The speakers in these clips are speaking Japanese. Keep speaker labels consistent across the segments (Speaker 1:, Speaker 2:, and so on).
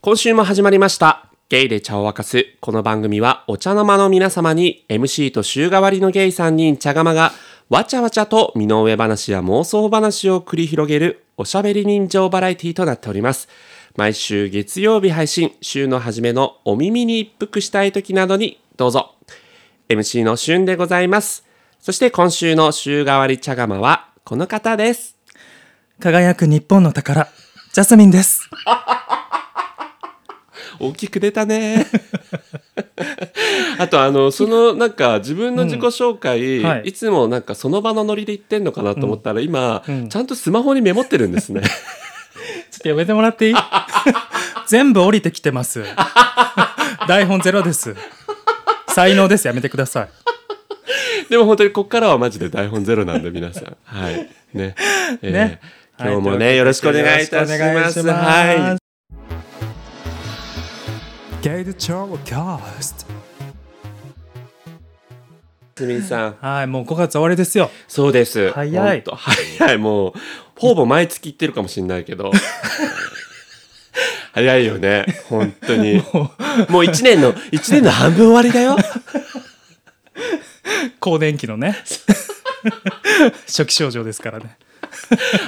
Speaker 1: 今週も始まりました。ゲイで茶を沸かす。この番組はお茶の間の皆様に MC と週替わりのゲイ3人茶釜がわちゃわちゃと身の上話や妄想話を繰り広げるおしゃべり人情バラエティとなっております。毎週月曜日配信、週の初めのお耳に一服したい時などにどうぞ。MC のしゅんでございます。そして今週の週替わり茶釜はこの方です。
Speaker 2: 輝く日本の宝ジャスミンです
Speaker 1: 大きく出た ねあとあのそのなんか自分の自己紹介、
Speaker 2: うんはい
Speaker 1: い、つもなんかその場のノリで言ってんのかなと思ったら今、
Speaker 2: うん
Speaker 1: ちゃんとスマホにメモってるんです ね
Speaker 2: ちょっとやめてもらっていい 全部降りてきてます 台本ゼロです才能ですやめてください
Speaker 1: でも本当にここからはマジで台本ゼロなんで皆さんはいね,、えー
Speaker 2: ね
Speaker 1: 今日も
Speaker 2: はい
Speaker 1: ね、
Speaker 2: ということで
Speaker 1: よろしくお願いいたし
Speaker 2: よろ
Speaker 1: ま
Speaker 2: しく
Speaker 1: す
Speaker 2: お願いし
Speaker 1: は
Speaker 2: ま
Speaker 1: い
Speaker 2: すゲイルチョーキャスト
Speaker 1: すみんさん
Speaker 2: はいもう5月終わりですよ
Speaker 1: そうです
Speaker 2: 早い
Speaker 1: ほんと早いもうほぼ毎月行ってるかもしれないけ ど早いよね本当にもう一年の一年の半分終わりだ よ
Speaker 2: 更年期のね 初期症状ですからね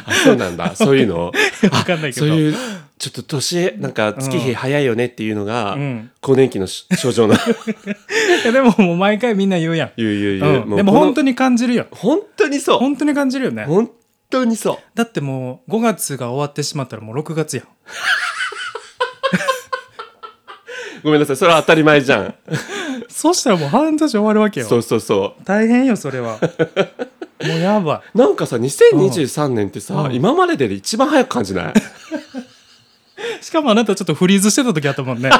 Speaker 1: あそうなんだそういうの
Speaker 2: わかんないけ
Speaker 1: そ
Speaker 2: ど
Speaker 1: ういうちょっと年なんか月日早いよねっていうのが、
Speaker 2: うん
Speaker 1: 更年期のし症 状の
Speaker 2: いやでももう毎回みんな言うやん
Speaker 1: ゆうゆうゆう、
Speaker 2: うん、でも本当
Speaker 1: に
Speaker 2: に感じるよ
Speaker 1: 本当にそう
Speaker 2: 本当に感じるよね
Speaker 1: 本当にそう
Speaker 2: だってもう5月が終わってしまったらもう6月やん
Speaker 1: ごめんなさいそれは当たり前じゃん
Speaker 2: そしたらもう半年終わるわけよ
Speaker 1: そうそうそ
Speaker 2: 大変よそ れはもうやばいう
Speaker 1: なんかさ2023年ってさ、
Speaker 2: うん
Speaker 1: 今までで一番早く感じない
Speaker 2: しかもあなたちょっとフリーズしてた時あった もんね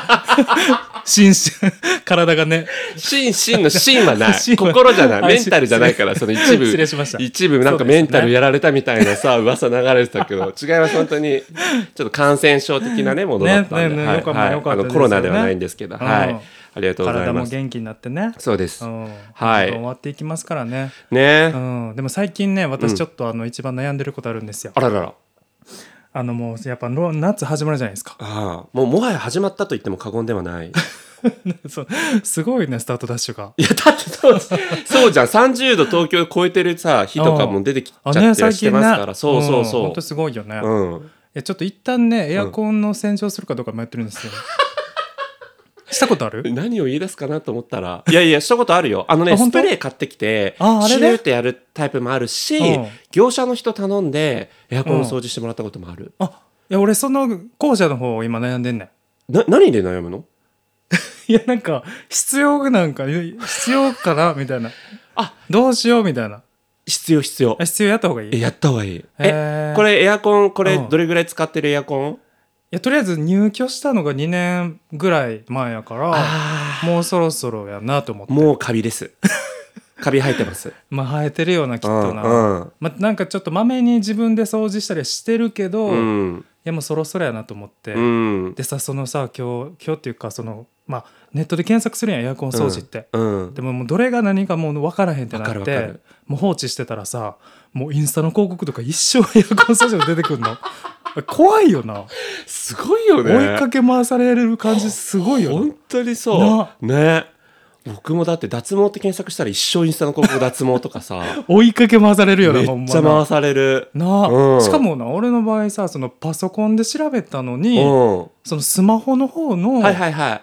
Speaker 2: 心身体がね
Speaker 1: 心身の心はな
Speaker 2: 心
Speaker 1: い
Speaker 2: は
Speaker 1: 心じゃない
Speaker 2: はい
Speaker 1: メンタルじゃないからその一部
Speaker 2: 失礼しました
Speaker 1: 一部なんか
Speaker 2: そうです
Speaker 1: メ
Speaker 2: ね
Speaker 1: ンタルやられたみたいなさ、噂流れてたけど違います本当にちょっと感染症的なねものだったんで、
Speaker 2: ねねね
Speaker 1: はい
Speaker 2: よかった
Speaker 1: はい
Speaker 2: よかった
Speaker 1: あの
Speaker 2: ですよね
Speaker 1: コロナではないんですけど、
Speaker 2: うん
Speaker 1: はいありがとうござい
Speaker 2: 体
Speaker 1: ま
Speaker 2: も
Speaker 1: す
Speaker 2: 元気になってね
Speaker 1: そうです、
Speaker 2: うん
Speaker 1: はい
Speaker 2: どんどん終わっていきますからね、
Speaker 1: ね、
Speaker 2: うん、でも最近ね私ちょっとあの一番悩んでることあるんですよ、
Speaker 1: あららら
Speaker 2: あのもうやっぱの夏始まるじゃないですか
Speaker 1: ああもうもはや始まったと言っても過言ではないい
Speaker 2: そうすごいねスタートダッシュが
Speaker 1: やだってそうそうじゃん30度東京超えてるさ日とかも出てきちゃ
Speaker 2: あ
Speaker 1: った
Speaker 2: ね
Speaker 1: りは
Speaker 2: 最
Speaker 1: して
Speaker 2: 近
Speaker 1: ま
Speaker 2: ね
Speaker 1: すから、そうそうそ
Speaker 2: ん
Speaker 1: う、
Speaker 2: ほんとすごいよね、い
Speaker 1: うん
Speaker 2: やちょっと一旦ねエアコンの洗浄するかどうか迷ってるんですよ、 したことある
Speaker 1: 何を言い出すかなと思ったらいやいやしたことあるよあのね
Speaker 2: あ
Speaker 1: ス
Speaker 2: 本当
Speaker 1: プレー買ってきて
Speaker 2: ああれ
Speaker 1: シ
Speaker 2: ね
Speaker 1: ューってやるタイプもあるし、
Speaker 2: うん
Speaker 1: 業者の人頼んでエアコン
Speaker 2: うん
Speaker 1: の掃除してもらったこともある、
Speaker 2: あいや俺その校舎の方を今悩んでんね
Speaker 1: な何で悩むの
Speaker 2: んいやなんか必要なんかいや必要かなみたいな
Speaker 1: あ
Speaker 2: どうしようみたいな
Speaker 1: 必要必要
Speaker 2: あ必要やった方がいい
Speaker 1: えやった方がいいえ
Speaker 2: え
Speaker 1: こ
Speaker 2: い
Speaker 1: れエアコンこれ
Speaker 2: うん
Speaker 1: どれぐらい使ってるエアコン
Speaker 2: やとりあえず入居したのが2年ぐらい前やから
Speaker 1: あ
Speaker 2: もうそろそろやなと思っ
Speaker 1: あ
Speaker 2: て
Speaker 1: もうカビです カビ生えてます
Speaker 2: まあ生えてるようなきっとな、
Speaker 1: うん
Speaker 2: まあ、なんかちょっとまめに自分で掃除したりはしてるけど、
Speaker 1: う
Speaker 2: い
Speaker 1: ん
Speaker 2: やもうそろそろやなと思って、
Speaker 1: うん
Speaker 2: でさそのさ今日今日っていうかそのまあネットで検索するやんエアコン掃除って、
Speaker 1: うん
Speaker 2: でももうどれが何かもう分からへんってな
Speaker 1: わ
Speaker 2: っ
Speaker 1: かるわか
Speaker 2: て
Speaker 1: る
Speaker 2: もう放置してたらさもうインスタの広告とか一生 エアコン掃除が出てくるの怖いよな、
Speaker 1: すごいよね
Speaker 2: 追いかけ回される感じすごいよね
Speaker 1: 本当にそうね僕もだって脱毛って検索したら一生インスタの広告脱毛とかさ
Speaker 2: 追いかけ回されるよな
Speaker 1: め
Speaker 2: ほ
Speaker 1: っ
Speaker 2: んま
Speaker 1: ちゃ
Speaker 2: な
Speaker 1: 回される
Speaker 2: なあ、
Speaker 1: うん
Speaker 2: しかもな俺の場合さそのパソコンで調べたの
Speaker 1: う
Speaker 2: に、
Speaker 1: んは
Speaker 2: そのスマホの方の
Speaker 1: いはいはいは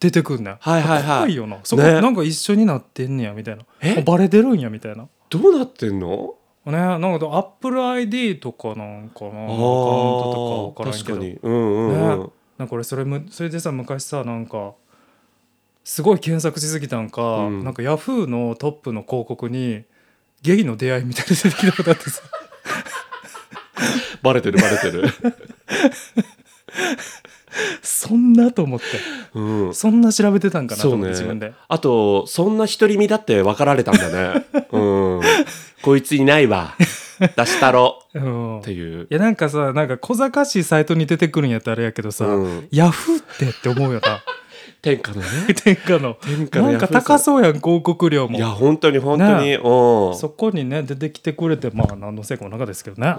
Speaker 2: 出てくるんだよ、
Speaker 1: いはいは
Speaker 2: 怖い
Speaker 1: い
Speaker 2: よなそこ、
Speaker 1: ね
Speaker 2: なんか一緒になってんねやみたいな
Speaker 1: え
Speaker 2: あバレてるんやみたいな
Speaker 1: どうなってんの
Speaker 2: ねなんかアップル ID とかなんかなアカウン
Speaker 1: あ
Speaker 2: トとか
Speaker 1: ー
Speaker 2: 分からんけ
Speaker 1: 確
Speaker 2: ど
Speaker 1: かにうんうんうん
Speaker 2: なんか俺それむそれでさ昔さなんかすごい検索しすぎたんか、
Speaker 1: うん
Speaker 2: なんかヤフーのトップの広告にゲイの出会いみたいな出てきたことあって さ
Speaker 1: バレてるバレて る
Speaker 2: そんなと思って
Speaker 1: うん
Speaker 2: そんな調べてたんかなと
Speaker 1: そう
Speaker 2: 思って、
Speaker 1: ね
Speaker 2: 自分で
Speaker 1: あとそんな独り身だって分かられたんだ ねうんこいついないわ出したろ
Speaker 2: うん
Speaker 1: って
Speaker 2: い
Speaker 1: いう
Speaker 2: やなんかさなんか小賢しいサイトに出てくるんやったらあれやけどさ、
Speaker 1: うん
Speaker 2: ヤフーってって思うよ な
Speaker 1: 天下のね
Speaker 2: 天下の
Speaker 1: 天下
Speaker 2: な
Speaker 1: の
Speaker 2: ん
Speaker 1: ヤフ
Speaker 2: か
Speaker 1: ーさん
Speaker 2: 高そうやん広告料も
Speaker 1: いや本当に本当に、
Speaker 2: ね
Speaker 1: うん
Speaker 2: そこにね出てきてくれてまあ何の成果もなかったですけどね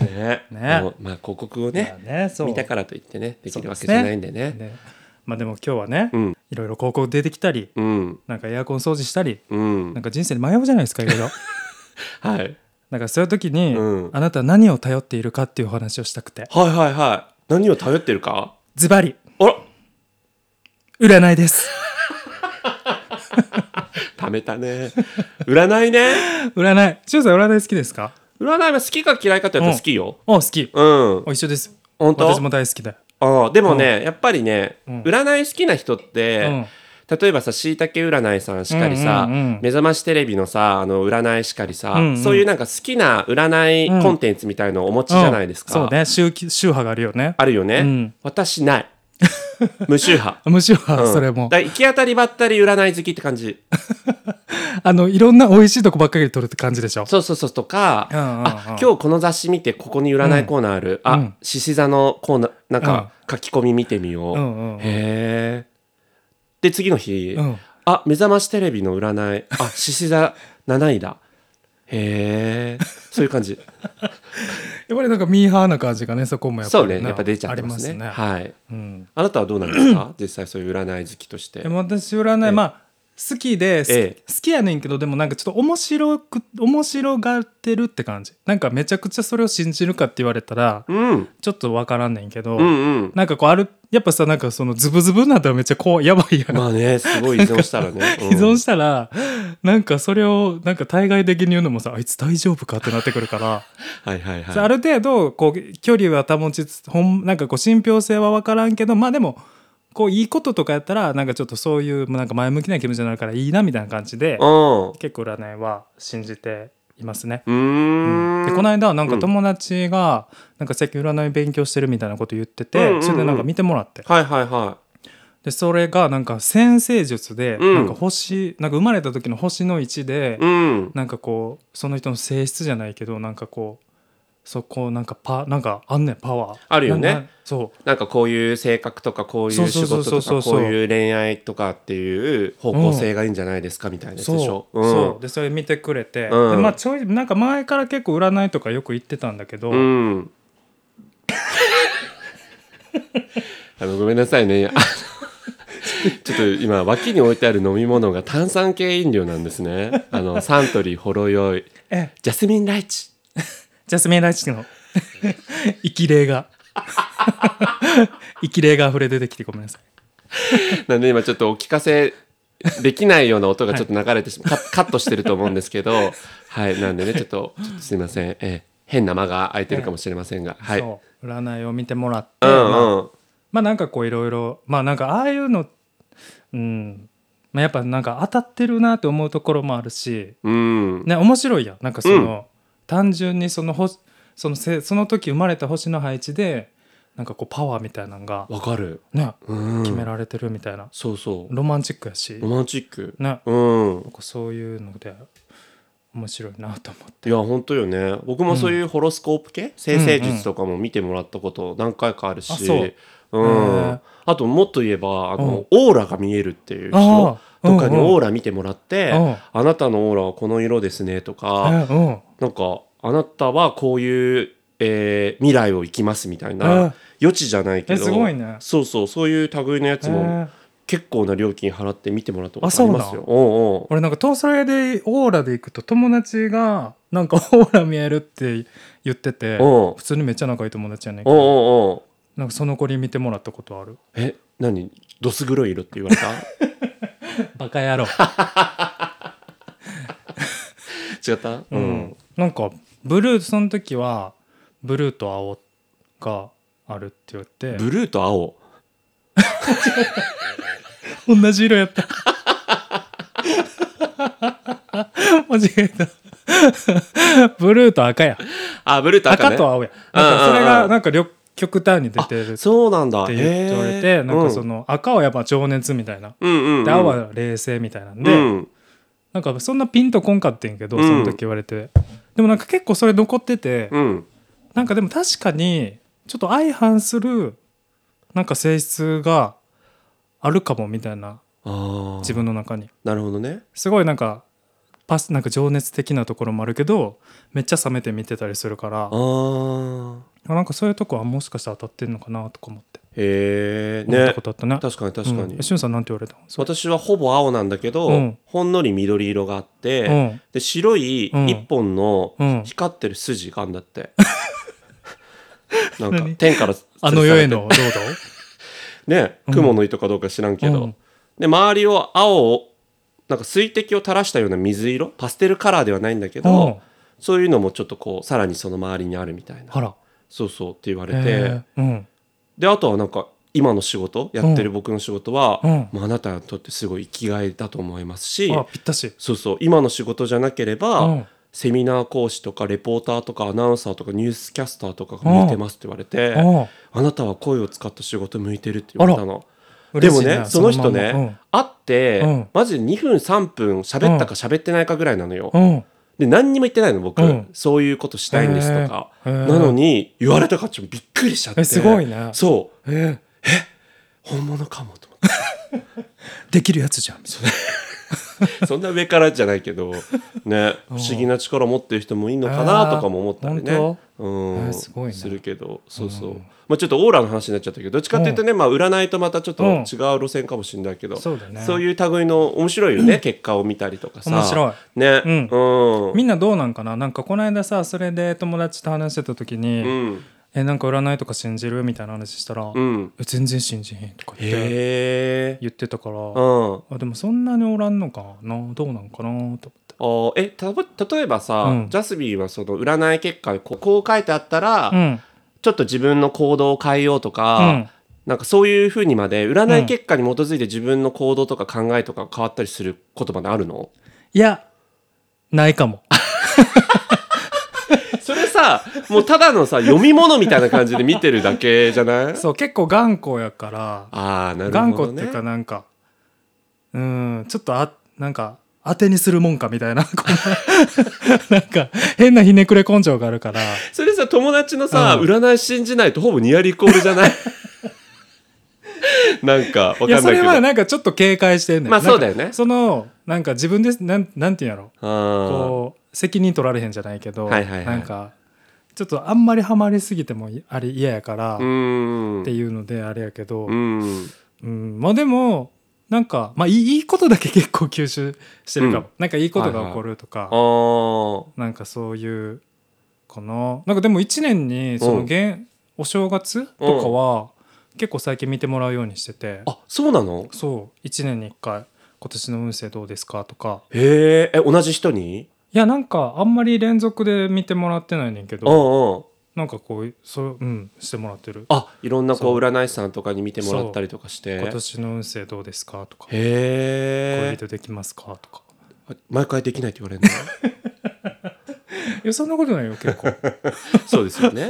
Speaker 1: ね
Speaker 2: ね
Speaker 1: もうまあ広告を
Speaker 2: ま
Speaker 1: ね
Speaker 2: あねそう
Speaker 1: 見たからといってねできるわけ
Speaker 2: そうです
Speaker 1: じ
Speaker 2: ね
Speaker 1: ゃないんでね
Speaker 2: ねまあでも今日はね、
Speaker 1: うん
Speaker 2: いろいろ広告出てきたり
Speaker 1: うん
Speaker 2: なんかエアコン掃除したり
Speaker 1: うん
Speaker 2: なんか人生に迷うじゃないで すかいろいろ
Speaker 1: はいはい
Speaker 2: なんかそういう時に、
Speaker 1: うん
Speaker 2: あなたは何を頼っているかっていうお話をしたくて
Speaker 1: はいはい何を頼ってるか
Speaker 2: ズバリ
Speaker 1: あら
Speaker 2: 占 いです
Speaker 1: 貯めたね占いね
Speaker 2: 占いしゅうさん占い好きですか
Speaker 1: 占いは好きか嫌いかってやったら好きよ
Speaker 2: お好き
Speaker 1: うん
Speaker 2: お一緒です
Speaker 1: 本当
Speaker 2: 私も大好きだ
Speaker 1: ああでもね、やっぱりね、
Speaker 2: うん
Speaker 1: 占い好きな人って、例えばさしいたけ占いさんしかりさ、
Speaker 2: うんうんうん
Speaker 1: 目覚ましテレビのさあの占いしかりさ、
Speaker 2: うんうん
Speaker 1: そういうなんか好きな占いコンテンツみたいのをお持ちじゃないですか、
Speaker 2: うんそうね宗教宗派があるよね
Speaker 1: あるよね、
Speaker 2: うん
Speaker 1: 私 ない無宗派
Speaker 2: 無宗 派、
Speaker 1: うん
Speaker 2: それも
Speaker 1: だから行き当たりばったり占い好きって感じ
Speaker 2: あのいろんな美味しいとこばっかり取るって感じでしょ
Speaker 1: そうそうそうとか、
Speaker 2: うんうんうん
Speaker 1: あ今日この雑誌見てここに占いコーナーある、
Speaker 2: う
Speaker 1: あ
Speaker 2: ん
Speaker 1: 獅子座のコーナーなんか書き込み見てみよう、
Speaker 2: うんうんうん
Speaker 1: へえで次の日、
Speaker 2: うん
Speaker 1: あ目覚ましテレビの占いあ獅子座7位だへえそういう感 じ
Speaker 2: やっぱりなんかミーハーな感じがねそこもやっぱ
Speaker 1: そう
Speaker 2: り
Speaker 1: ねやっぱ出ちゃってますね
Speaker 2: ありますね、
Speaker 1: はい
Speaker 2: うん、
Speaker 1: あなたはどうなんですか 実際そういう占い好きとして
Speaker 2: でも私占い、
Speaker 1: ええ
Speaker 2: まあ好きで、す
Speaker 1: ええ
Speaker 2: 好きやねんけどでもなんかちょっと面白く面白がってるって感じなんかめちゃくちゃそれを信じるかって言われたら
Speaker 1: うん
Speaker 2: ちょっとわからんねんけど、
Speaker 1: うんうん
Speaker 2: なんかこうあるやっぱさなんかそのズブズブになったらめっちゃこう やばいやん、
Speaker 1: まあねすごい依存したらね
Speaker 2: 依存
Speaker 1: し
Speaker 2: したらなんかそれをなんか対外的に言うのもさあいつ大丈夫かってなってくるから
Speaker 1: はいはいはい
Speaker 2: そうある程度こう距離は保ちつつほんなんかこう信憑性は分からんけどまあでもこういいこととかやったらなんかちょっとそういうなんか前向きな気持ちになるからいいなみたいな感じで
Speaker 1: うんう
Speaker 2: 結構占いは信じていますね。
Speaker 1: ーん
Speaker 2: でこの間はなんか友達がなんか最近占い勉強してるみたいなこと言ってて、
Speaker 1: うんうんうん
Speaker 2: それでなんか見てもらって
Speaker 1: はいはいは
Speaker 2: でそれがなんか先生術で
Speaker 1: うん
Speaker 2: なんか星、なんか生まれた時の星の位置で
Speaker 1: いうん
Speaker 2: なんかこうその人の性質じゃないけどなんかこうそこなんかパなんかあんねんパワー
Speaker 1: あるよね
Speaker 2: なんかそ
Speaker 1: なんかこういう性格とかこうい
Speaker 2: そううそ
Speaker 1: 仕
Speaker 2: う
Speaker 1: 事
Speaker 2: そうそ
Speaker 1: と
Speaker 2: うそう
Speaker 1: かこういう恋愛とかっていう方向性がいいんじゃないですかみたいな
Speaker 2: う
Speaker 1: やつでしょ
Speaker 2: そう,、
Speaker 1: ん
Speaker 2: そうでそれ見てくれて、
Speaker 1: うん
Speaker 2: でまあちょいなんか前から結構占いとかよく行ってたんだけど、
Speaker 1: うん。あのごめんなさいね。あのちょっと今脇に置いてある飲み物が炭酸系飲料なんですね。あのサントリーほろ酔い
Speaker 2: え
Speaker 1: ジャスミンライチ。
Speaker 2: ジャスミン・ライチの 生き霊 が生き霊が溢れ出てきてごめんなさい
Speaker 1: なんで今ちょっとお聞かせできないような音がちょっと流れてしま、カカットしてると思うんですけ ど、はいなんでねちょっとちょっとすいません。ええ変な間が空いてるかもしれませんが、はい。うん
Speaker 2: そう占いを見てもらって、まあ
Speaker 1: うん。
Speaker 2: まあなんかこういろいろまあなんかああいうのうん、まあ、やっぱなんか当たってるなって思うところもあるし
Speaker 1: うん。
Speaker 2: ね面白いやんなんかその、単純にその星そのせその時生まれた星の配置でなんかこうパワーみたいなのが、
Speaker 1: わかる。
Speaker 2: ね、
Speaker 1: うん。
Speaker 2: 決められてるみたいな、
Speaker 1: そうそう。
Speaker 2: ロマンチックやし、
Speaker 1: ロ
Speaker 2: ね
Speaker 1: マンチック。
Speaker 2: なん
Speaker 1: うん。
Speaker 2: かそういうので面白いなと思って
Speaker 1: いや本当よね僕もそういうホロスコープ系、生成術とかも見てもらったこと何回かあるし、
Speaker 2: あ
Speaker 1: う
Speaker 2: そうんへえ
Speaker 1: あともっと言えばあの、オーラが見えるっていう人
Speaker 2: ああ
Speaker 1: とかに
Speaker 2: うんうん
Speaker 1: オーラ見てもらって「
Speaker 2: うん
Speaker 1: あなたのオーラはこの色ですね」とか、
Speaker 2: え うん
Speaker 1: なんか「あなたはこういう、えー未来を生きます」みたいな、
Speaker 2: うん
Speaker 1: 余地じゃないけど
Speaker 2: えすごいね
Speaker 1: そうそうそういう類のやつ
Speaker 2: へ
Speaker 1: も
Speaker 2: え
Speaker 1: 結構な料金払って見てもらったこと
Speaker 2: あそ
Speaker 1: あ
Speaker 2: う
Speaker 1: り
Speaker 2: なん
Speaker 1: ますよ。うんうん
Speaker 2: 俺なんかトーストラでオーラで行くと友達がなんかオーラ見えるって言ってて
Speaker 1: うん
Speaker 2: 普通にめっちゃ仲いい友達やねんけ
Speaker 1: うん
Speaker 2: ど
Speaker 1: うんうん
Speaker 2: なんかその子に見てもらったことある
Speaker 1: え何どす黒い色って言われた
Speaker 2: バカ野郎
Speaker 1: 違った
Speaker 2: うん、なんかブルーその時はブルーと青があるって言って
Speaker 1: ブルーと青
Speaker 2: 同じ色やった 間違えたブルーと赤や
Speaker 1: あブルーと赤,、ね、
Speaker 2: 赤と青やなんかそれ
Speaker 1: うんうんう
Speaker 2: が
Speaker 1: ん
Speaker 2: なんか両極端に出てるって
Speaker 1: そうなんだ
Speaker 2: 言っておれて、
Speaker 1: へー
Speaker 2: なんかその赤はやっぱ情熱みたいな、
Speaker 1: うんうんうんうん
Speaker 2: で青は冷静みたいなんで、
Speaker 1: うん
Speaker 2: なんかそんなピンとこんかってんけど
Speaker 1: うん
Speaker 2: その時言われて、でもなんか結構それ残ってて、
Speaker 1: うん
Speaker 2: なんかでも確かにちょっと相反するなんか性質があるかもみたいな
Speaker 1: ああ
Speaker 2: 自分の中に
Speaker 1: なるほどね
Speaker 2: すごいなんかパスなんか情熱的なところもあるけどめっちゃ冷めて見てたりするから
Speaker 1: ああ
Speaker 2: なんかそういうとこはもしかしたら当たってんのかなとか思って
Speaker 1: へえ
Speaker 2: 思った
Speaker 1: ね
Speaker 2: ことあったね
Speaker 1: 確かに確かに、
Speaker 2: うんえしゅんさんなんて言われたのそれ
Speaker 1: 私はほぼ青なんだけど、
Speaker 2: うん
Speaker 1: ほんのり緑色があって、
Speaker 2: うん
Speaker 1: で白い
Speaker 2: うん
Speaker 1: 一本の
Speaker 2: うん
Speaker 1: 光ってる筋があんだ って、なん
Speaker 2: 何
Speaker 1: か天から吊るさ
Speaker 2: あ
Speaker 1: れて
Speaker 2: の世への領
Speaker 1: ね
Speaker 2: うん
Speaker 1: 雲の糸かどうか知らんけど、
Speaker 2: うん
Speaker 1: で周りを青をなんか水滴を垂らしたような水色パステルカラーではないんだけど、
Speaker 2: 土うん
Speaker 1: そういうのもちょっとこうさらにその周りにあるみたいな
Speaker 2: あら
Speaker 1: そうそうって言われて、
Speaker 2: えーうん
Speaker 1: であとはなんか今の仕事やってる僕の仕事は、
Speaker 2: うん
Speaker 1: もうあなたにとってすごい生きがいだと思いますし、
Speaker 2: あぴったし
Speaker 1: そうそう今の仕事じゃなければ、
Speaker 2: うん
Speaker 1: セミナー講師とかレポーターとかアナウンサーとかニュースキャスターとかが向いてますって言われて、
Speaker 2: うん
Speaker 1: あなたは声を使った仕事向いてるって言われたの。で
Speaker 2: 嬉
Speaker 1: も
Speaker 2: しい
Speaker 1: ねその人ね、会って、
Speaker 2: うん
Speaker 1: マジで2分3分喋ったか喋ってないかぐらいなのよ、
Speaker 2: まんまうんうん
Speaker 1: で何にも言ってないの僕、
Speaker 2: うん
Speaker 1: そういうことしたいんですとか、
Speaker 2: へーへー
Speaker 1: なのに言われたからちょっとびっくりしちゃって
Speaker 2: えすごいね
Speaker 1: そう
Speaker 2: えー
Speaker 1: 本物かもと思っ
Speaker 2: できるやつじゃん
Speaker 1: てそんな上からじゃないけどね不思議な力持ってる人もいるのかなとかも思ったりね、
Speaker 2: へー本
Speaker 1: う
Speaker 2: え
Speaker 1: ん
Speaker 2: ーすごいね
Speaker 1: るけどそうそう、まあ、ちょっとオーラの話になっちゃったけどどっちかっていうとね、まあ、占いとまたちょっと違う路線かもしれないけど、
Speaker 2: そうだね
Speaker 1: そういう類の面白いよね、結果を見たりとかさ
Speaker 2: 面白い
Speaker 1: ね
Speaker 2: うん
Speaker 1: うん、
Speaker 2: みんなどうなんかななんかこの間さそれで友達と話してた時に、
Speaker 1: うん
Speaker 2: えなんか占いとか信じるみたいな話したら、
Speaker 1: うん
Speaker 2: え全然信じへんとか言って
Speaker 1: へえ
Speaker 2: 言ってたから、
Speaker 1: うんあ
Speaker 2: あでもそんなにおらんのかなどうなんかなと思って
Speaker 1: ーえたぶ例えばさ、
Speaker 2: うん
Speaker 1: ジャスビーはその占い結果にこうこう書いてあったら、
Speaker 2: うん
Speaker 1: ちょっと自分の行動を変えようと
Speaker 2: う
Speaker 1: か、
Speaker 2: ん
Speaker 1: なんかそういうふうにまで占い結果に基づいて自分の行動とか考えとか変わったりすることまであるの、
Speaker 2: いやない かも
Speaker 1: それさもうただのさ読み物みたいな感じで見てるだけじゃない
Speaker 2: そう結構頑固やから、
Speaker 1: ああなる
Speaker 2: 頑
Speaker 1: ほ
Speaker 2: 固
Speaker 1: ど、
Speaker 2: っ
Speaker 1: ね、
Speaker 2: ていうかなんかうんちょっとあなんか当てにするもんかみたいなこ のなんか変なひねくれ根性があるから
Speaker 1: それさ友達のさ、
Speaker 2: うん
Speaker 1: 占い信じないとほぼニアリコールじゃない なんかわかん
Speaker 2: い
Speaker 1: な
Speaker 2: や
Speaker 1: いけど
Speaker 2: それはなんかちょっと警戒してんねん
Speaker 1: まあそうだよね
Speaker 2: なんかそのなんか自分ですなんなんていうんやろ
Speaker 1: あ
Speaker 2: こう責任取られへんじゃないけど、
Speaker 1: はいはいはい
Speaker 2: なんかちょっとあんまりハマりすぎてもいあれ嫌やから
Speaker 1: ーうーん
Speaker 2: っていうのであれやけど、
Speaker 1: う
Speaker 2: うん
Speaker 1: ん
Speaker 2: まあでもなんか、まあ、いいいいことだけ結構吸収してるか
Speaker 1: うん
Speaker 2: も、なんかいいことが起こるとか、
Speaker 1: あー
Speaker 2: なんかそういうかななんかでも1年にその現お正月とかは結構最近見てもらうようにしてて、
Speaker 1: あそうなの
Speaker 2: そう1年に1回今年の運勢どうですかとか
Speaker 1: へーえ同じ人に
Speaker 2: いやなんかあんまり連続で見てもらってないねんけ
Speaker 1: う
Speaker 2: ど
Speaker 1: んうん
Speaker 2: なんかこうそううんしてもらってる
Speaker 1: あいろんなこ
Speaker 2: そうう
Speaker 1: 占い師さんとかに見てもらったりとかして
Speaker 2: 今年の運勢どうですかとか恋
Speaker 1: へ
Speaker 2: 人できますかとか
Speaker 1: え毎回できないって言われるの
Speaker 2: いやそんなことないよ 結構
Speaker 1: そうですよ ね。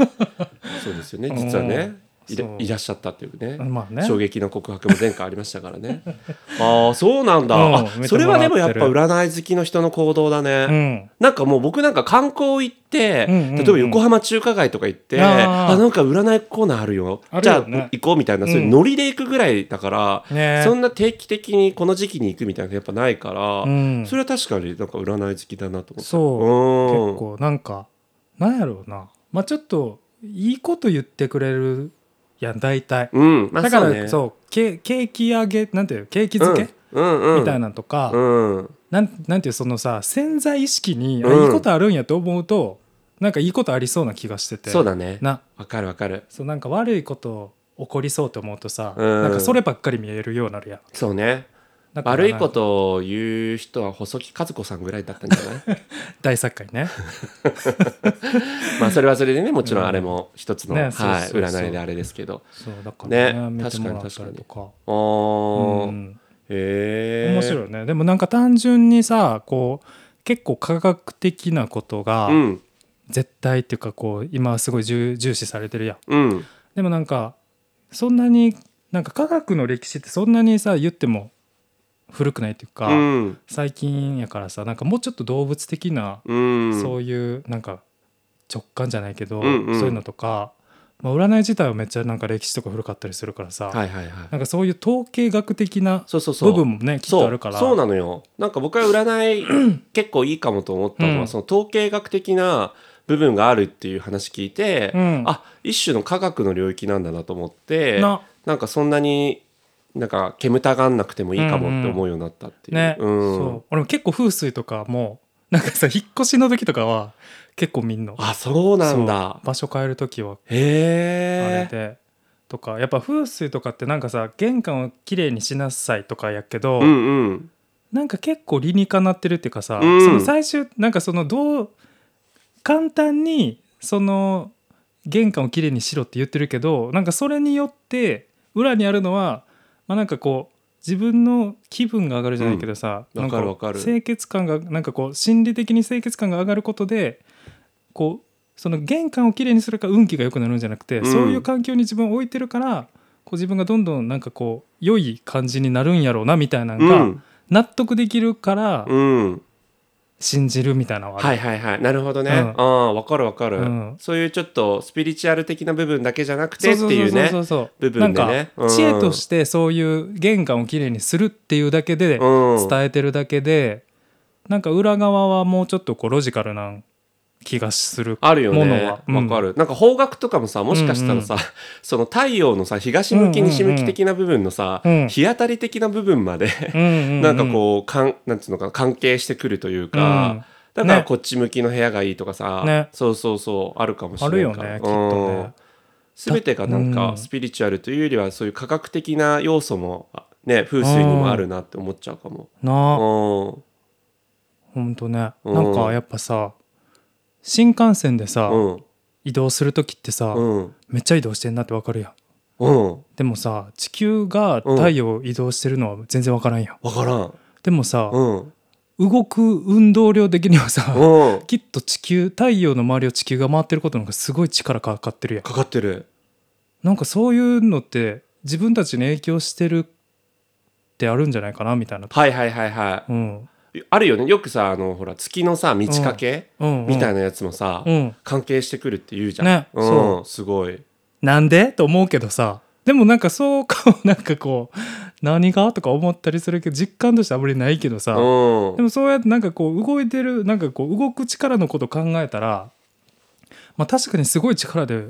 Speaker 1: そうですよね。実はね、
Speaker 2: うん
Speaker 1: いら
Speaker 2: そう
Speaker 1: いらっしゃったっていうね。
Speaker 2: まあね
Speaker 1: 衝撃の告白も前回ありましたからね。 ああ、そうなんだ、
Speaker 2: うん
Speaker 1: あ
Speaker 2: めっちゃ
Speaker 1: それはでもやっぱ
Speaker 2: も
Speaker 1: 占い好きの人の行動だね。
Speaker 2: うん
Speaker 1: なんかもう僕なんか観光行って、
Speaker 2: うんうんうん
Speaker 1: 例えば横浜中華街とか行って、
Speaker 2: あ
Speaker 1: あ
Speaker 2: ー
Speaker 1: なんか占いコーナーあるよ。
Speaker 2: ある
Speaker 1: じゃ
Speaker 2: よね
Speaker 1: あ行こうみたいな、そういううんノリで行くぐらいだから、
Speaker 2: ね
Speaker 1: そんな定期的にこの時期に行くみたいなのやっぱないから、
Speaker 2: うん
Speaker 1: それは確かになんか占い好きだなと思って。
Speaker 2: そう
Speaker 1: うん
Speaker 2: 結構なんかなんやろうなまあちょっといいこと言ってくれるやん大体
Speaker 1: うん、まあ
Speaker 2: だから
Speaker 1: そう
Speaker 2: そう,、
Speaker 1: ね
Speaker 2: ケケーキ揚げなんていうのケーキ漬け、
Speaker 1: うんうんうん、
Speaker 2: みたいなのとか、
Speaker 1: うん、
Speaker 2: なんなんていうそのさ潜在意識に、
Speaker 1: うん
Speaker 2: あいいことあるんやと思うとなんかいいことありそうな気がしてて
Speaker 1: そうだね
Speaker 2: な
Speaker 1: わかるわかる
Speaker 2: そうなんか悪いこと起こりそうと思うとさ、
Speaker 1: うん
Speaker 2: なんかそればっかり見えるようになるやん
Speaker 1: そうね
Speaker 2: だから
Speaker 1: 悪いことを言う人は細木数子さんぐらいだったんじゃない
Speaker 2: 大作家にね
Speaker 1: まあそれはそれでねもちろんあれも一つの、
Speaker 2: ね
Speaker 1: はい、
Speaker 2: そうそうそう
Speaker 1: 占いであれですけど
Speaker 2: そうだからね
Speaker 1: ね
Speaker 2: 見てもらったりとか
Speaker 1: あ
Speaker 2: う
Speaker 1: ー、
Speaker 2: ん、
Speaker 1: へえ
Speaker 2: 面白いよねでもなんか単純にさこう結構科学的なことが
Speaker 1: うん
Speaker 2: 絶対っていうかこう今すごい重重視されてるやん
Speaker 1: うん
Speaker 2: でもなんかそんなになんか科学の歴史ってそんなにさ言っても古くないっていうか、
Speaker 1: うん
Speaker 2: 最近やからさなんかもうちょっと動物的な、
Speaker 1: うん
Speaker 2: そういうなんか直感じゃないけど、
Speaker 1: うんうん
Speaker 2: そういうのとかまあ、占い自体はめっちゃなんか歴史とか古かったりするからさ、
Speaker 1: はいはいはい
Speaker 2: なんかそういう統計学的な
Speaker 1: そうそうそう
Speaker 2: 部分もねきっとあるから
Speaker 1: そうそうなのよなんか僕は占 い結構いいかもと思ったのは、
Speaker 2: うん
Speaker 1: その統計学的な部分があるっていう話聞いて、
Speaker 2: うん
Speaker 1: あ一種の科学の領域なんだなと思って
Speaker 2: な
Speaker 1: なんかそんなになんか煙たがんなくてもいいかもって思うようになったっていう。
Speaker 2: ね、
Speaker 1: うん
Speaker 2: そう俺も結構風水とかもなんかさ引っ越しの時とかは結構みんな
Speaker 1: あそうなんだ
Speaker 2: そう。場所変える時はあれ
Speaker 1: へ
Speaker 2: で、
Speaker 1: え。
Speaker 2: とかやっぱ風水とかってなんかさ玄関をきれいにしなさいとかやけど、
Speaker 1: うんうん。
Speaker 2: なんか結構理にかなってるっていうかさ、
Speaker 1: うん
Speaker 2: その最終なんかそのどう簡単にその玄関をきれいにしろって言ってるけどなんかそれによって裏にあるのは、まあ、なんかこう自分の気分が上がるじゃないけどさ、
Speaker 1: うん
Speaker 2: な
Speaker 1: わ
Speaker 2: ん
Speaker 1: かるわかる
Speaker 2: 清潔感がなんかこう心理的に清潔感が上がることでこうその玄関をきれいにするから運気が良くなるんじゃなくて、
Speaker 1: うん
Speaker 2: そういう環境に自分を置いてるからこう自分がどんどんなんかこう良い感じになるんやろうなみたいなの
Speaker 1: う
Speaker 2: が、
Speaker 1: ん。
Speaker 2: 納得できるから
Speaker 1: うん。
Speaker 2: 信じるみたいなのはある、
Speaker 1: はいはいはい。なるほどね。
Speaker 2: うん
Speaker 1: ああわかるわかる、
Speaker 2: うん
Speaker 1: そういうちょっとスピリチュアル的な部分だけじゃなくて
Speaker 2: そ
Speaker 1: って
Speaker 2: そ
Speaker 1: いうね。
Speaker 2: そうそうそう
Speaker 1: 部分でね
Speaker 2: なんか知恵としてそういう玄関をきれいにするっていうだけで
Speaker 1: うん。
Speaker 2: 伝えてるだけでなんか裏側はもうちょっとこうロジカルな気がする
Speaker 1: あるよ
Speaker 2: もの
Speaker 1: ね。
Speaker 2: は
Speaker 1: わ、
Speaker 2: うん
Speaker 1: かる。なんか方角とかもさ、もしかしたらさ、その太陽のさ、東向き、
Speaker 2: うんうんうん
Speaker 1: 西向き的な部分のさ、
Speaker 2: うん
Speaker 1: 日当たり的な部分まで、
Speaker 2: うんうんうん
Speaker 1: なんかこう、かん、なんつうのかな、関係してくるというか、だから
Speaker 2: ね
Speaker 1: こっち向きの部屋がいいとかさ、
Speaker 2: ね
Speaker 1: そうそうそう、あるかもし
Speaker 2: あ
Speaker 1: れ
Speaker 2: る
Speaker 1: な
Speaker 2: よ
Speaker 1: いから。
Speaker 2: ねきっと
Speaker 1: うん
Speaker 2: ね
Speaker 1: すべてがなん
Speaker 2: う
Speaker 1: か
Speaker 2: ん
Speaker 1: スピリチュアルというよりはそういう科学的な要素もあね風水にもあるなって思っちゃうかも。
Speaker 2: なあ
Speaker 1: う
Speaker 2: ほんとね
Speaker 1: うん
Speaker 2: なんかやっぱさ新幹線でさ
Speaker 1: んうん
Speaker 2: 移動する時ってさ
Speaker 1: うん
Speaker 2: めっちゃ移動してんなってわかるやん
Speaker 1: うん
Speaker 2: でもさ地球が太陽を移動してるのは全然わからんやん
Speaker 1: わからん。
Speaker 2: でもさ、
Speaker 1: うん
Speaker 2: 動く運動量的にはさ、
Speaker 1: うん
Speaker 2: きっと地球太陽の周りを地球が回ってることの方がすごい力かかってるやん
Speaker 1: かかってる。
Speaker 2: なんかそういうのって自分たちに影響してるってあるんじゃないかなみたいな、
Speaker 1: はいはいはいは
Speaker 2: うん
Speaker 1: い。あるよねよくさあのほら月のさ満ち欠け
Speaker 2: うんうん、
Speaker 1: みたいな
Speaker 2: な、
Speaker 1: やつもさ
Speaker 2: うん、
Speaker 1: 関係してくるって言うじゃん。
Speaker 2: ね
Speaker 1: う
Speaker 2: そ
Speaker 1: んすごい。
Speaker 2: なんでと思うけどさでもなんかそうかなんかこう何がとか思ったりするけど実感としてあまりないけど
Speaker 1: う
Speaker 2: さ、
Speaker 1: ん
Speaker 2: でもそうやってなんかこう動いてるなんかこう動く力のこと考えたら、まあ、確かにすごい力で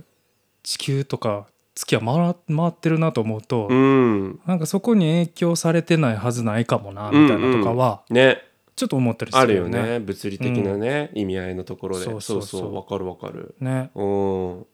Speaker 2: 地球とか月は回ら回ってるなと思うと、
Speaker 1: うん
Speaker 2: なんかそこに影響されてないはずないかもなみたいなとかは
Speaker 1: ね
Speaker 2: ちょっと思ったりす
Speaker 1: ある
Speaker 2: る
Speaker 1: よね物理的なね意味合いのところで
Speaker 2: そ
Speaker 1: そう
Speaker 2: うそうそう
Speaker 1: そうわかるわかる。
Speaker 2: ね
Speaker 1: うん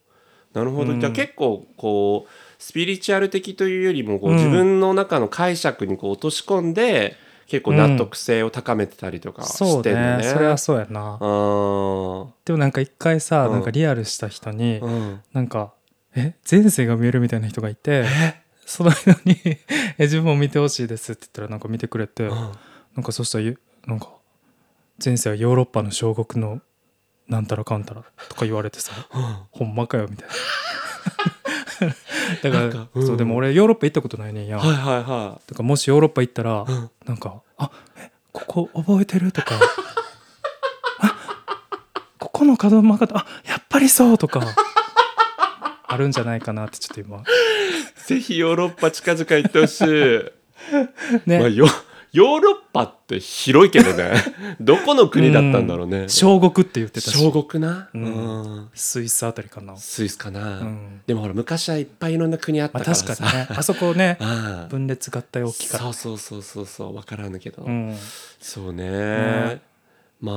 Speaker 1: なるほど、
Speaker 2: うん
Speaker 1: じゃあ結構こうスピリチュアル的というよりもこう、
Speaker 2: うん
Speaker 1: 自分の中の解釈にこう落とし込んで結構納得性を高めてたりとか
Speaker 2: そ
Speaker 1: し
Speaker 2: う
Speaker 1: てる
Speaker 2: ね
Speaker 1: ね。
Speaker 2: それはそうやな
Speaker 1: あー
Speaker 2: でもなんか一回さ、
Speaker 1: うん
Speaker 2: なんかリアルした人に、
Speaker 1: うん
Speaker 2: なんか「え前世が見える」みたいな人がいて その人にえ「自分も見てほしいです」って言ったらなんか見てくれて。なんかそしたらゆなんか前世はヨーロッパの小国のなんたらかんたらとか言われてさほんまかよみたい なだ
Speaker 1: な
Speaker 2: から
Speaker 1: んかうん
Speaker 2: そうでも俺ヨーロッパ行ったことないねんや、
Speaker 1: はいはいは
Speaker 2: とかもしヨーロッパ行ったら、
Speaker 1: ん
Speaker 2: なんか「あえここ覚えてる?」とか「あここの角曲がったあやっぱりそう」とかあるんじゃないかなってちょっと今
Speaker 1: い。ぜひヨーロッパ近々行ってほしい。
Speaker 2: ね、
Speaker 1: まあ、よヨーロッパって広いけどね どこの国だったんだろうね。
Speaker 2: 小国って言ってたし
Speaker 1: 小国な、
Speaker 2: うん
Speaker 1: うん
Speaker 2: スイスあたりかな、
Speaker 1: スイスかな、
Speaker 2: うん
Speaker 1: でもほら昔はいっぱいいろんな国あった
Speaker 2: まあ、
Speaker 1: から
Speaker 2: 確
Speaker 1: さ。
Speaker 2: かにねあそこね
Speaker 1: ああ
Speaker 2: 分裂合体大きいから
Speaker 1: そうそうそうそうそう分からんけど、
Speaker 2: うん
Speaker 1: そうね
Speaker 2: ね
Speaker 1: まあ、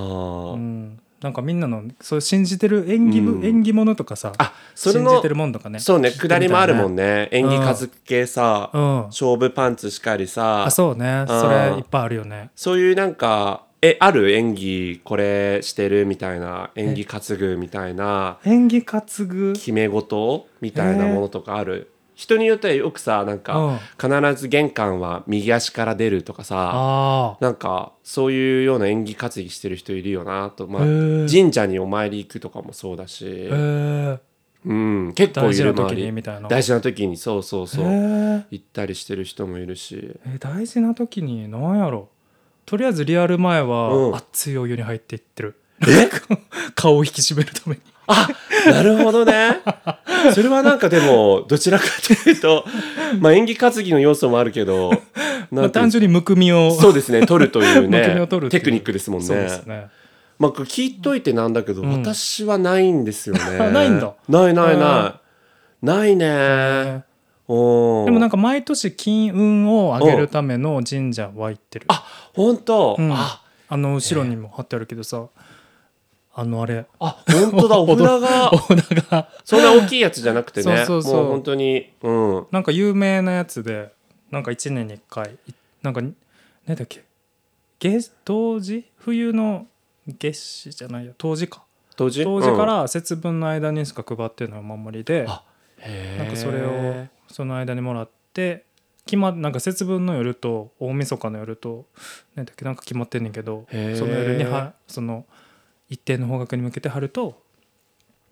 Speaker 2: うん、なんかみんなのそう信じてる縁起ぶ、
Speaker 1: うん
Speaker 2: 縁起物とかさ
Speaker 1: あそれ
Speaker 2: 信じ
Speaker 1: の
Speaker 2: てるもんとかね
Speaker 1: そうね下りもあるもんね
Speaker 2: ね、
Speaker 1: 演技数系さ、
Speaker 2: うん、
Speaker 1: 勝負パンツしかりさ
Speaker 2: あそうねそれいっぱいあるよね
Speaker 1: そういうなんかえある演技これしてるみたいな演技担ぐみたいな
Speaker 2: 縁起担ぐ
Speaker 1: 決め事みたいなものとかある、人によってはよくさなん
Speaker 2: うん
Speaker 1: か必ず玄関は右足から出るとかさ
Speaker 2: ああ
Speaker 1: なんかそういうような演技担ぎしてる人いるよなと、まあ、
Speaker 2: へー
Speaker 1: 神社にお参り行くとかもそうだし
Speaker 2: え、ー、
Speaker 1: うん、結構
Speaker 2: 大
Speaker 1: い
Speaker 2: 事な
Speaker 1: る
Speaker 2: 時
Speaker 1: 周
Speaker 2: に
Speaker 1: り
Speaker 2: みたいな
Speaker 1: 大事な時にそうそうそう、
Speaker 2: えー
Speaker 1: 行ったりしてる人もいるし
Speaker 2: え大事な時に何やろとりあえずリアル前は、
Speaker 1: うん
Speaker 2: 熱いお湯に入っていってる
Speaker 1: え
Speaker 2: 顔を引き締めるために
Speaker 1: あなるほどね。それはなんかでも、どちらかという と、まあ演技担ぎの要素もあるけど、な
Speaker 2: ま
Speaker 1: んてい
Speaker 2: あ、
Speaker 1: う
Speaker 2: 単純にむくみを
Speaker 1: そうですね、取るという
Speaker 2: むくみ
Speaker 1: ね
Speaker 2: を取る、ってい
Speaker 1: テ
Speaker 2: う
Speaker 1: クニックですもんね。
Speaker 2: そうですね
Speaker 1: まあ、これ聞いといてなんだけど、
Speaker 2: うん
Speaker 1: 私はないんですよ ね。
Speaker 2: ないんだ
Speaker 1: ないない
Speaker 2: あ
Speaker 1: ない。ないね。お
Speaker 2: でもなん
Speaker 1: か、
Speaker 2: か毎年金運を上げるための神社は行ってるあ
Speaker 1: 本当、
Speaker 2: うん
Speaker 1: あ、
Speaker 2: の後ろにも貼ってあるけどさ、あのあれ
Speaker 1: あ、本 当だ、お札が
Speaker 2: お、札が
Speaker 1: そんな大きいやつじゃなくてね。
Speaker 2: そうそうそう
Speaker 1: もう本当に、うん。
Speaker 2: なんか有名なやつでなんか1年に1回いなんかに何だっけ月冬至冬の月始じゃないや冬至か
Speaker 1: 当時
Speaker 2: 冬至か、ら節分の間にしか配ってるのはお守りで、
Speaker 1: あうん
Speaker 2: なんかそれを。その間にもらって決まなんか節分の夜と大晦日の夜となんだっけなんか決まってんねんけどそ
Speaker 1: へー
Speaker 2: の夜にはその一定の方角に向けて貼ると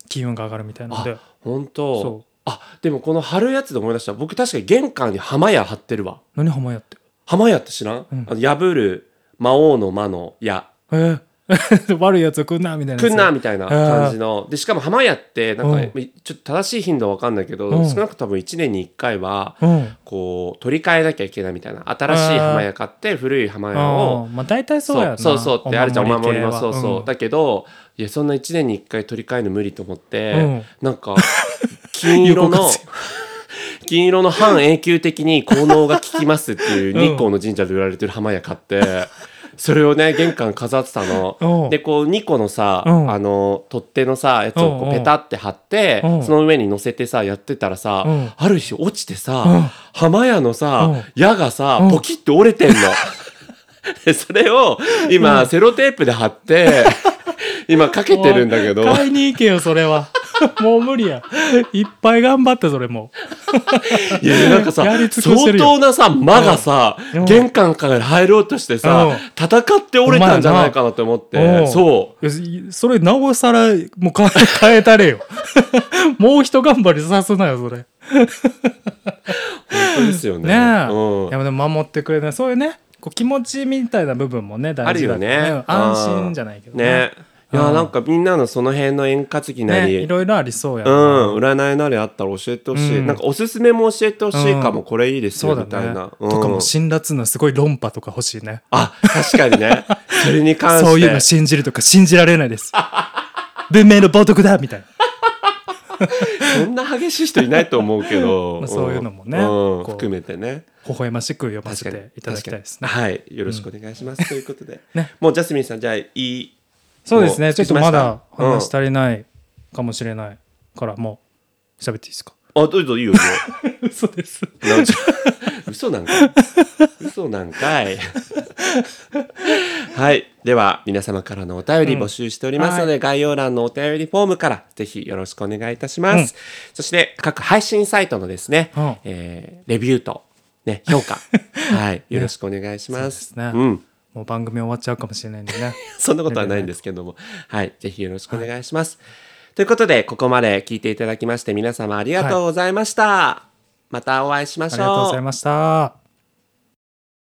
Speaker 2: 金運が上がるみたいなので
Speaker 1: 本
Speaker 2: そ
Speaker 1: 当。
Speaker 2: う
Speaker 1: あ、でもこの貼るやつで思い出した。僕確かに玄関に浜屋貼ってるわ。
Speaker 2: 何浜屋って
Speaker 1: 浜屋って知らん、
Speaker 2: うん
Speaker 1: あの破る魔王の魔の矢。
Speaker 2: えー、 悪いやつは来んなみたいなやつ
Speaker 1: 来んなみたいな感じのでしかも浜屋ってなんか、
Speaker 2: うん
Speaker 1: ちょっと正しい頻度は分かんないけど、
Speaker 2: うん
Speaker 1: 少なくとも1年に1回は
Speaker 2: うん
Speaker 1: こう取り替えなきゃいけないみたいな新しい浜屋買って古い浜屋
Speaker 2: あ
Speaker 1: を
Speaker 2: ーまあ大体そうやな
Speaker 1: そうそうってあるじゃんお守りもそうそう、
Speaker 2: だ
Speaker 1: だけどいやそんな1年に1回取り替えるの無理と思って、
Speaker 2: うん
Speaker 1: なん か金色
Speaker 2: 有効
Speaker 1: の
Speaker 2: 活
Speaker 1: 金色の半永久的に効能が効きますって いう日光の神社で売られてる浜屋買って、 それをね玄関飾ってたの。でこう2個のさ、
Speaker 2: うん
Speaker 1: あの取っ手のさやつをこ
Speaker 2: うん
Speaker 1: う
Speaker 2: うん
Speaker 1: ペタって貼って、
Speaker 2: うん
Speaker 1: その上に乗せてさやってたらさ、
Speaker 2: うん
Speaker 1: ある日落ちてさ、
Speaker 2: うん
Speaker 1: 浜屋のさ、
Speaker 2: うん
Speaker 1: 矢がさ、
Speaker 2: うん
Speaker 1: ポキッて折れてんの。でそれを今、セロテープで貼 って今かけてるんだけど
Speaker 2: 買いに行けよそれは もう無理やいっぱい頑張ってそれも
Speaker 1: いやなんかさ
Speaker 2: やり尽くして
Speaker 1: 相
Speaker 2: るよ
Speaker 1: 当なさ間がさ、
Speaker 2: うんうん
Speaker 1: 玄関から入ろうとしてさ、
Speaker 2: うん
Speaker 1: 戦って折れたんじゃないかなと思っ
Speaker 2: お前や
Speaker 1: て
Speaker 2: な
Speaker 1: そう。
Speaker 2: いやいそれなおさらもう変え変えたれよ もう一頑張りさすなよそれね
Speaker 1: 本当ですよね。
Speaker 2: え、
Speaker 1: うん
Speaker 2: いやでも守ってくれないそういうねこう気持ちみたいな部分もね
Speaker 1: あ
Speaker 2: 大
Speaker 1: る
Speaker 2: 事だ
Speaker 1: よね。
Speaker 2: と
Speaker 1: うん
Speaker 2: 安心じゃないけどね
Speaker 1: ね。いや、
Speaker 2: うん
Speaker 1: なんかみんなのその辺の円滑ぎな
Speaker 2: ねい
Speaker 1: り、
Speaker 2: ろいろありそうや
Speaker 1: う
Speaker 2: な、
Speaker 1: ん、占いなりあったら教えてほしい。
Speaker 2: うん
Speaker 1: なんかおすすめも教えてほしいかも、
Speaker 2: うん
Speaker 1: これいいです
Speaker 2: そ
Speaker 1: よ、
Speaker 2: うだ
Speaker 1: みたい
Speaker 2: ね
Speaker 1: な。うん
Speaker 2: とかもう辛辣なすごい論破とか欲しいね
Speaker 1: あ、確 かにね。それに関して。
Speaker 2: そういうの信じるとか信じられな いです文明の冒涜だみたいな
Speaker 1: そんな激しい人いないと思うけど。
Speaker 2: まあそういうのもね
Speaker 1: うん
Speaker 2: こう
Speaker 1: 含めてね。
Speaker 2: 微笑ましく読ませ
Speaker 1: 確かに
Speaker 2: ていただきたいですね
Speaker 1: 確かにはい。よろしくお願いします。ということで。
Speaker 2: ね
Speaker 1: もうジャスミンさん、じゃあ、いい。
Speaker 2: そうです
Speaker 1: も
Speaker 2: ね
Speaker 1: う
Speaker 2: ちょっとまだ
Speaker 1: 聞きま
Speaker 2: 話
Speaker 1: し
Speaker 2: 足りないかもしれないからもう喋っていいで すか
Speaker 1: あ、どうぞ、いいよ。いいよ
Speaker 2: 嘘です
Speaker 1: なんちゅ嘘なんか い嘘なんかい はいでは皆様からのお便り募集しておりますので、概要欄のお便りフォームからぜひよろしくお願いいたします、そして各配信サイトのですね、
Speaker 2: うん
Speaker 1: えーレビューとね評 価はいよろしくお願いします
Speaker 2: そうですね
Speaker 1: ん
Speaker 2: もう番組終わっちゃうかもしれないんでね
Speaker 1: そんなことはないんですけども、はい、ぜひよろしくお願いします。ということで、ここまで聞いていただきまして、皆様ありがとうございました。またお会いしま
Speaker 2: あり
Speaker 1: しょう。
Speaker 2: がとうございました